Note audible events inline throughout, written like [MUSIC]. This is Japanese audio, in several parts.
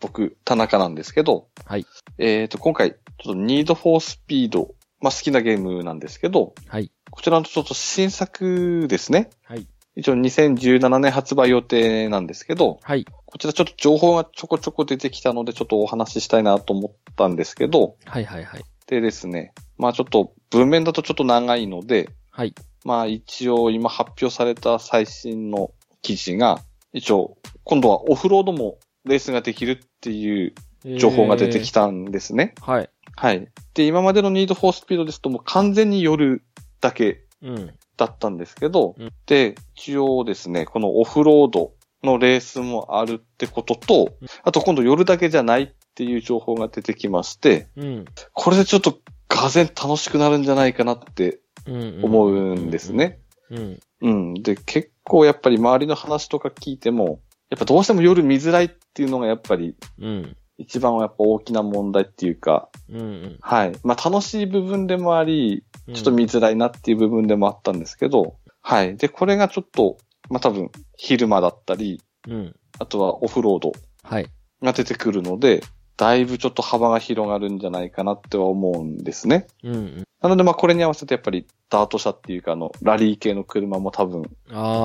僕、田中なんですけど、はい。えっ、と、今回、ちょっと Need for Speed、まあ好きなゲームなんですけど、はい。こちらのちょっと新作ですね。はい。一応2017年発売予定なんですけど、はい。こちらちょっと情報がちょこちょこ出てきたので、ちょっとお話ししたいなと思ったんですけど、はいはいはい。でですね、まあちょっと文面だとちょっと長いので、はい。まあ一応今発表された最新の記事が、一応今度はオフロードもレースができるっていう情報が出てきたんですね。た。はい。はい。で、今までの Need for Speed ですともう完全に夜だけうん。だったんですけど、うんで、一応ですね、このオフロードのレースもあるってこととうん、あと今度夜だけじゃないっていう情報が出てきまして、うん。これでちょっと俄然楽しくなるんじゃないかなってうん。思うんですね。うん。うん。で、結構やっぱり周りの話とか聞いても、やっぱどうしても夜見づらいっていうのがやっぱりうん。一番はやっぱ大きな問題っていうか、うん。うん。はい。まあ楽しい部分でもあり、うんちょっと見づらいなっていう部分でもあったんですけど、はい。で、これがちょっと、まあ、多分、昼間だったり、うん。あとはオフロードはい。が出てくるので、だいぶちょっと幅が広がるんじゃないかなっては思うんですね。うんうん。なので、まあ、これに合わせてやっぱり、ダート車っていうか、あの、ラリー系の車も多分、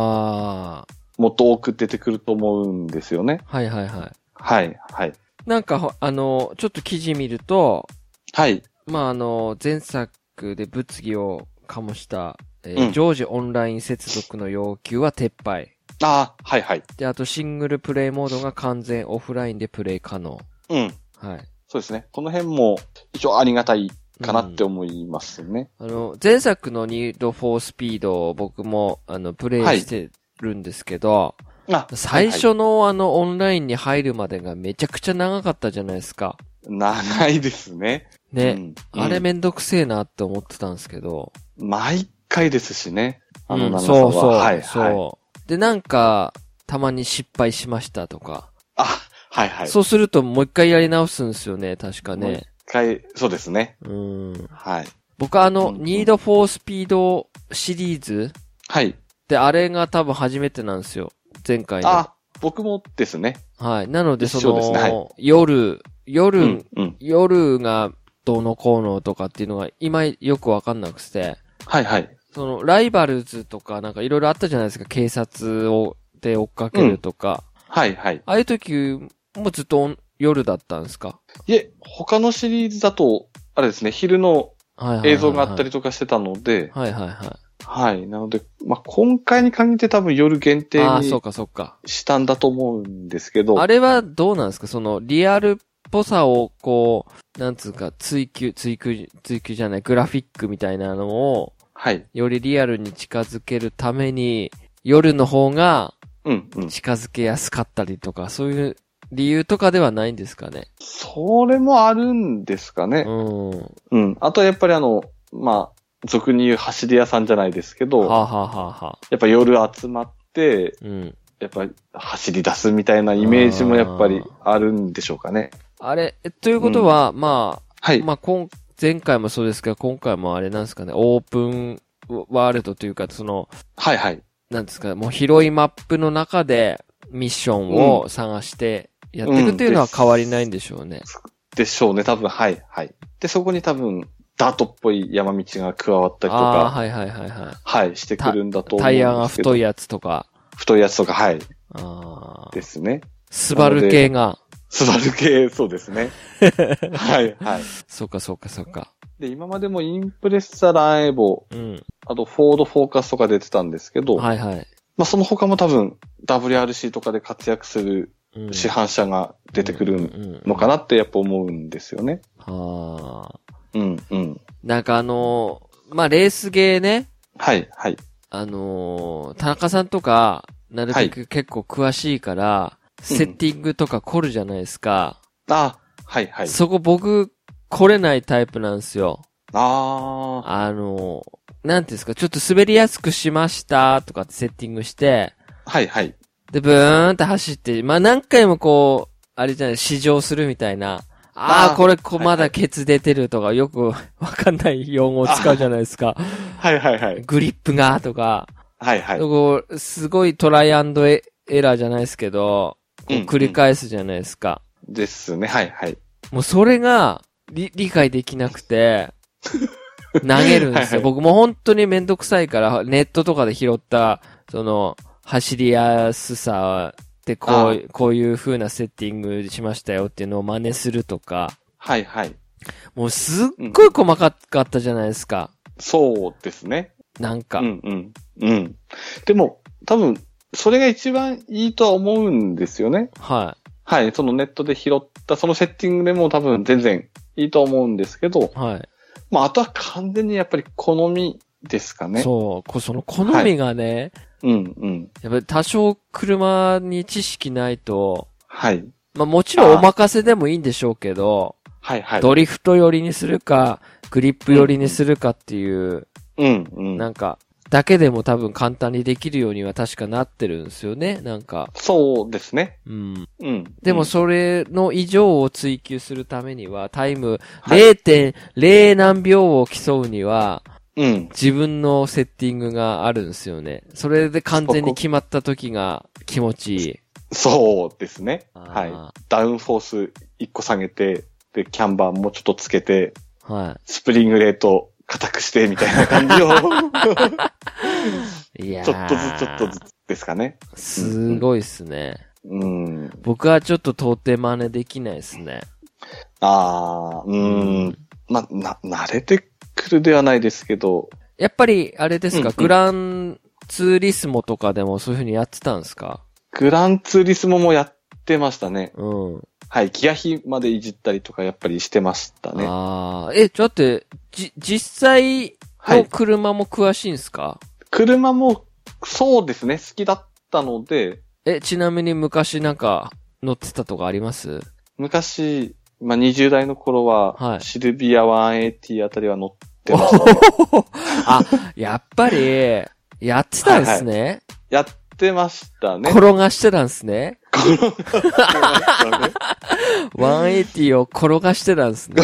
あもっと多く出てくると思うんですよね。ー。はいはいはい。はい、はい。なんかほ、あの、ちょっと記事見ると、はい、まあ、あの、前作で物議を醸した、えうー、ん常時オンライン接続の要求は撤廃。ああ、はい、はい。で、あとシングルプレイモードが完全オフラインでプレイ可能。うん。はい。そうですね。この辺も、一応ありがたいかなって思いますね。あの、前作のニードフォースピードを僕も、あの、プレイしてるんですけど、あ最は初のあの、オンラインに入るまでがめちゃくちゃ長かったじゃないですか。いはい長いですね。ね。うんあれめんどくせえなって思ってたんですけど。毎回ですしね。あうのん長さは。そうそう、はい、はい。そう。で、なんか、たまに失敗しましたとか。あ、はい、はい。そうするともう一回やり直すんですよね、確かもう一ね。回、そうですね。うん。はい。僕はあの、うんうんニードフォースピードシリーズはい。で、あれが多分初めてなんですよ。前回の。あ、僕もですね。はい。なので、そ一緒の、ですねは夜、夜、うん、うん。夜がどうのこうのとかっていうのが今よくわかんなくて、はい、はい。その、ライバルズとかなんかいろいろあったじゃないですか。警察を、で追っかけるとか。はい、はい。ああいう時もずっと夜だったんですかいえ、他のシリーズだと、あれですね、昼のはいはいはいはい映像があったり。とかしてたので、はいはいははい。なので、まあ、今回に限って多分夜限い。定ああ、そうにかそうか。したんだと思うんですけど、あれはどうなんですかその、リアルっぽさを、こう、なんつうか、追求、追求、追求じゃない、グラフィックみたいなのを、はい。よりリアルに近づけるために、夜の方がうん、うん。近づけやすかったりとか、そういう理由とかではないんですかね。それもあるんですかね。うん。はうん。あとはやっぱりあの、まあ、俗に言う走り屋さんじゃないですけあ、はど、あはあはあ、やっぱ夜集まって、うん。やっぱり走り出すみたいなイメージもやっぱりあるんでしょうかね。あれ、えということは、まはあ、い。まあ、今、前回もそうですけど、今回もあれなんですかね、オープンワールドというか、その、はいはい。なんですか、もう広いマップの中でミッションを探してやっていくっていうのは変わりないんでしょうね。でしょうね、多分。はいはい。で、そこに多分、ダートっぽい山道が加わったりとああー、か、はいはいはいははい、してくるんだと思うい。んですけど。タイヤが太いい。やつとか、太いやつとか、はい。ああで、すね。スバル系が、スバル系、そうです [LAUGHS] ね。はいはい。そうかそうかそうか。で、今までもインプレッサランエボ、うん。あとフォードフォーカスとか出てたんですけど、はいはい。まあその他も多分 WRC とかで活躍するうん市販車が出てくるのかななってやっぱ思うんですよね。ああ。うん、うん。なんかあのーまあ、レースゲーね、はい、はい。あのー田中さんとか、なるべく結構詳しいから、セッティングとか凝るじゃないですか。あ、はい、はい。そこ僕、来れないタイプなんですよ。ああ、あの、なんていうんですか、ちょっと滑りやすくしましたとかってセッティングして、はい、はい。で、ブーンって走って、まあ、何回もこう、あれじゃない、試乗するみたいな。あああ、ーこれ、こはいまだケツ出てるとか、よくわかんない用語を使うじゃないで [LAUGHS] すか。はい、はい、はい。グリップが、とか、はい、はい。こうすごいトライアンドエエラーじゃないですけど、こううん繰り返すじゃないですか。ですね。はいはい。もうそれが、理、理解できな [LAUGHS] くて、投げるんではいすよ。はい僕も本当にめんどくさいから、ネットとかで拾った、その、走りやすさでこあう、こういう風なセッティングしましたよっていうのを真似するとか、はいはい。もうすっごい細かかったじゃないですか。そうですね。なんうか。んうん。うん。でも、多分、それが一番いいとは思うんですよね。ははい。そのネットで拾った、そのセッティングでも多分全然いいと思うんですけどい。、はい。まあ、あとは完全にやっぱり好みですかね。そう、こその好みがね、うんうん。やっぱり多少車に知識ないと、はい。まあもちろんお任せでもいいんでしょうけど、はいはい。ドリフト寄りにするか、グリップ寄りにするかっていう、うんうん。なんか、だけでも多分簡単にできるようには確かなってるんですよね、なんか。そうですね。うん。うん。でうもんそれの以上を追求するためには、タイムはい0.0何秒を競うには、うん。自分のセッティングがあるんですよね。それで完全に決まった時が気持ちいい。そうですね。はい。あダウンフォース1個下げて、で、キャンバーもうちょっとつけて、ーはスプリングレート硬くして、みたいな感 [LAUGHS] じを、 [LAUGHS] い。いやーちょっとずつちょっとずつですかね。すごいっすね。うん。僕はちょっと到底真似できないっすね。ああ、うん。まあ、な、慣れてくるではないですけど、やっぱり、あれですか、うんうんグランツーリスモとかでもそういう風にやってたんですかグランツーリスモもやってましたね。うん。はい。ギア比までいじったりとかやっぱりしてましたね。ああ、え、ちょっと待って、じ、実際はのい。車も詳しいんすか、車も、そうですね、好きだったので、え、ちなみに昔なんか乗ってたとかあります昔、まあ、20代の頃は、はいシルビア180あたりは乗ってましたね、あ、やっぱり、やってたんすね、やってましたね。転がしてたんすね。180を転がしてた [LAUGHS] んすね。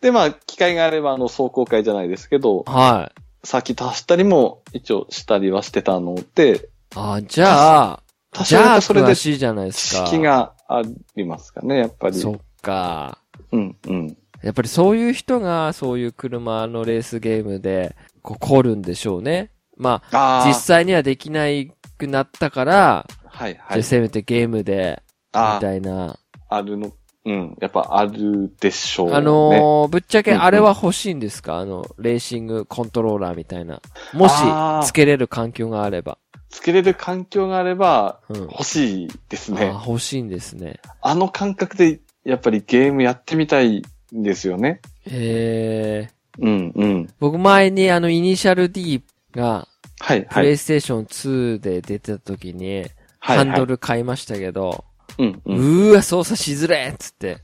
で、まあ、機会があれば、あの、走行会じゃないですけど、はい。さっき足したりも、一応したりはしてたので、あ、じゃあ、多じ少ゃあはそれ詳で知しいじゃないですか。識がありますかね、やっぱり。そっか。うん、うん。やっぱりそういう人が、そういう車のレースゲームで、こう、凝るんでしょうね。まああ、あ、実際にはできないくなったから、はい、はじゃあい。せめてゲームで、みあたいな。あ、あるの、うん、やっぱあるでしょうね。あのーぶっちゃけうんうんあれは欲しいんですか、あの、レーシングコントローラーみたいな。もしあ、ーつけれる環境があれば。つけれる環境があれば、うん。欲しいですね。あー欲しいんですね。あの感覚で、やっぱりゲームやってみたいんですよね。えー、うん、うん。僕前にあの、イニシャル D が、はい、プはレい。イステーション2で出てた時に、はい、ハはい。ンドル買いましたけど、うん、ううん。ーわ、操作しづれっ [LAUGHS] つって。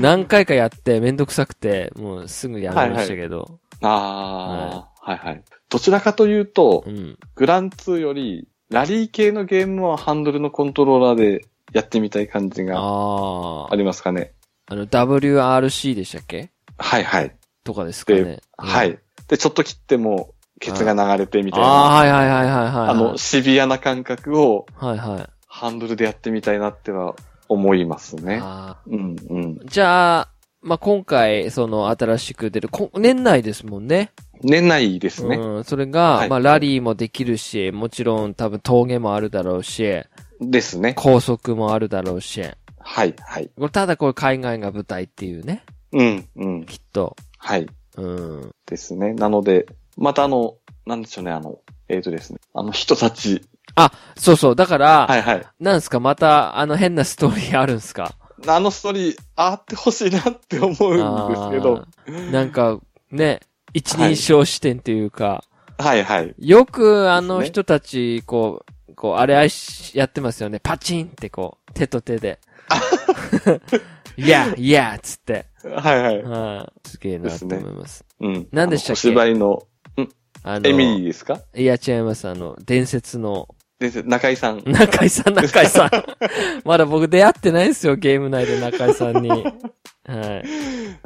何回かやってめんどくさくて、もうすぐやめましたけど。ああ、はい、はい。どちらかというと、うん。グランツーより、ラリー系のゲームはハンドルのコントローラーでやってみたい感じがあああ。りますかね。あの、WRC でしたっけはい、はい。とかですかね。はうん。い。で、ちょっと切っても、ケツが流れてみたいな。ああ、はいはいはいはいはいはい。あの、シビアな感覚をはいはい。ハンドルでやってみたいなっては思いますね。あうんうん。ーじゃあ、まあ、今回、その、新しく出る、こ年内ですもんね。年内ですね。うん。それが、はいまあ、ラリーもできるし、もちろん多分峠もあるだろうし、ですね。高速もあるだろうし。はい、はい。これただこれ海外が舞台っていうね、うん、うん。きっと。はい。うん。ですね。なので、またあの、なんでしょうね、あの、えっ、とですね。あの人たち。そうそう。だから、はい、はい。なんですかまた、あの変なストーリーあるんですかあのストーリー、あってほしいなって思うんですけど。あーなんか、ね、一はい人称視点というか、はい、はい。よくあのですね人たち、こう、こう、あれあいしやってますよね。パチンってこう、手と手で。 [LAUGHS] いや、いや、つって。はい、はい。はいすげえなと思います。うん。何でしたっけあの小芝居の、あの、エミリーですかいや、違います。あの、伝説の先生、中井さん。中井さん、中井さん。 [LAUGHS] まだ僕出会ってないんですよ、ゲーム内で中井さんに。はい。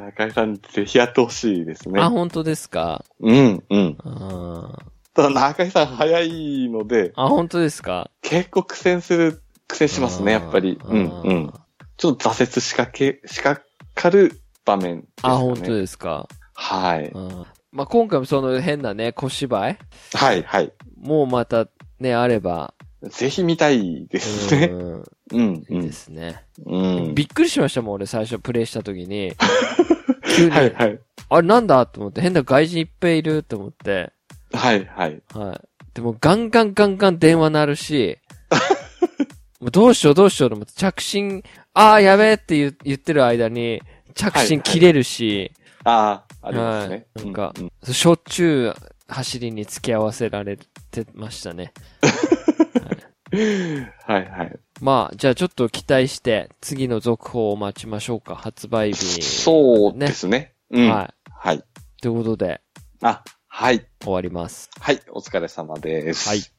中井さん、ぜひやってほしいですねあ、。本当ですかうん、うん。あーただ中井さん早いので、あ、本当ですか結構苦戦する、苦戦しますね、やっぱり。あーうん、うん。。ちょっと挫折しかけ、しかかる場面ですかね。あ、本当ですか。はい。うんまあ、今回もその変なね、小芝居はい、はい。もうまたね、あれば。ぜひ見たいですね。うんうん、いいうでん。すね。うん。びっくりしましたもん、俺最初プレイした [LAUGHS] 時に。急に、はい、はい。あれなんだと思って、変な外人いっぱいいると思って。はい、はい。はい。でもガンガンガンガン電話鳴 [LAUGHS] るし、もうどうしようどうしようと思って着信、ああ、やべえって言う言ってる間に、着信切れるし、ああ、ありますね。はういんなんかうんしょっちゅう走りに付き合わせられてましたね。はい、はい。まあ、じゃあちょっと期待して、次の続報を待ちましょうか。発売日。そうですね。うん。は。はいい。ということで、あ、はい。終わります。はい、お疲れ様です。はい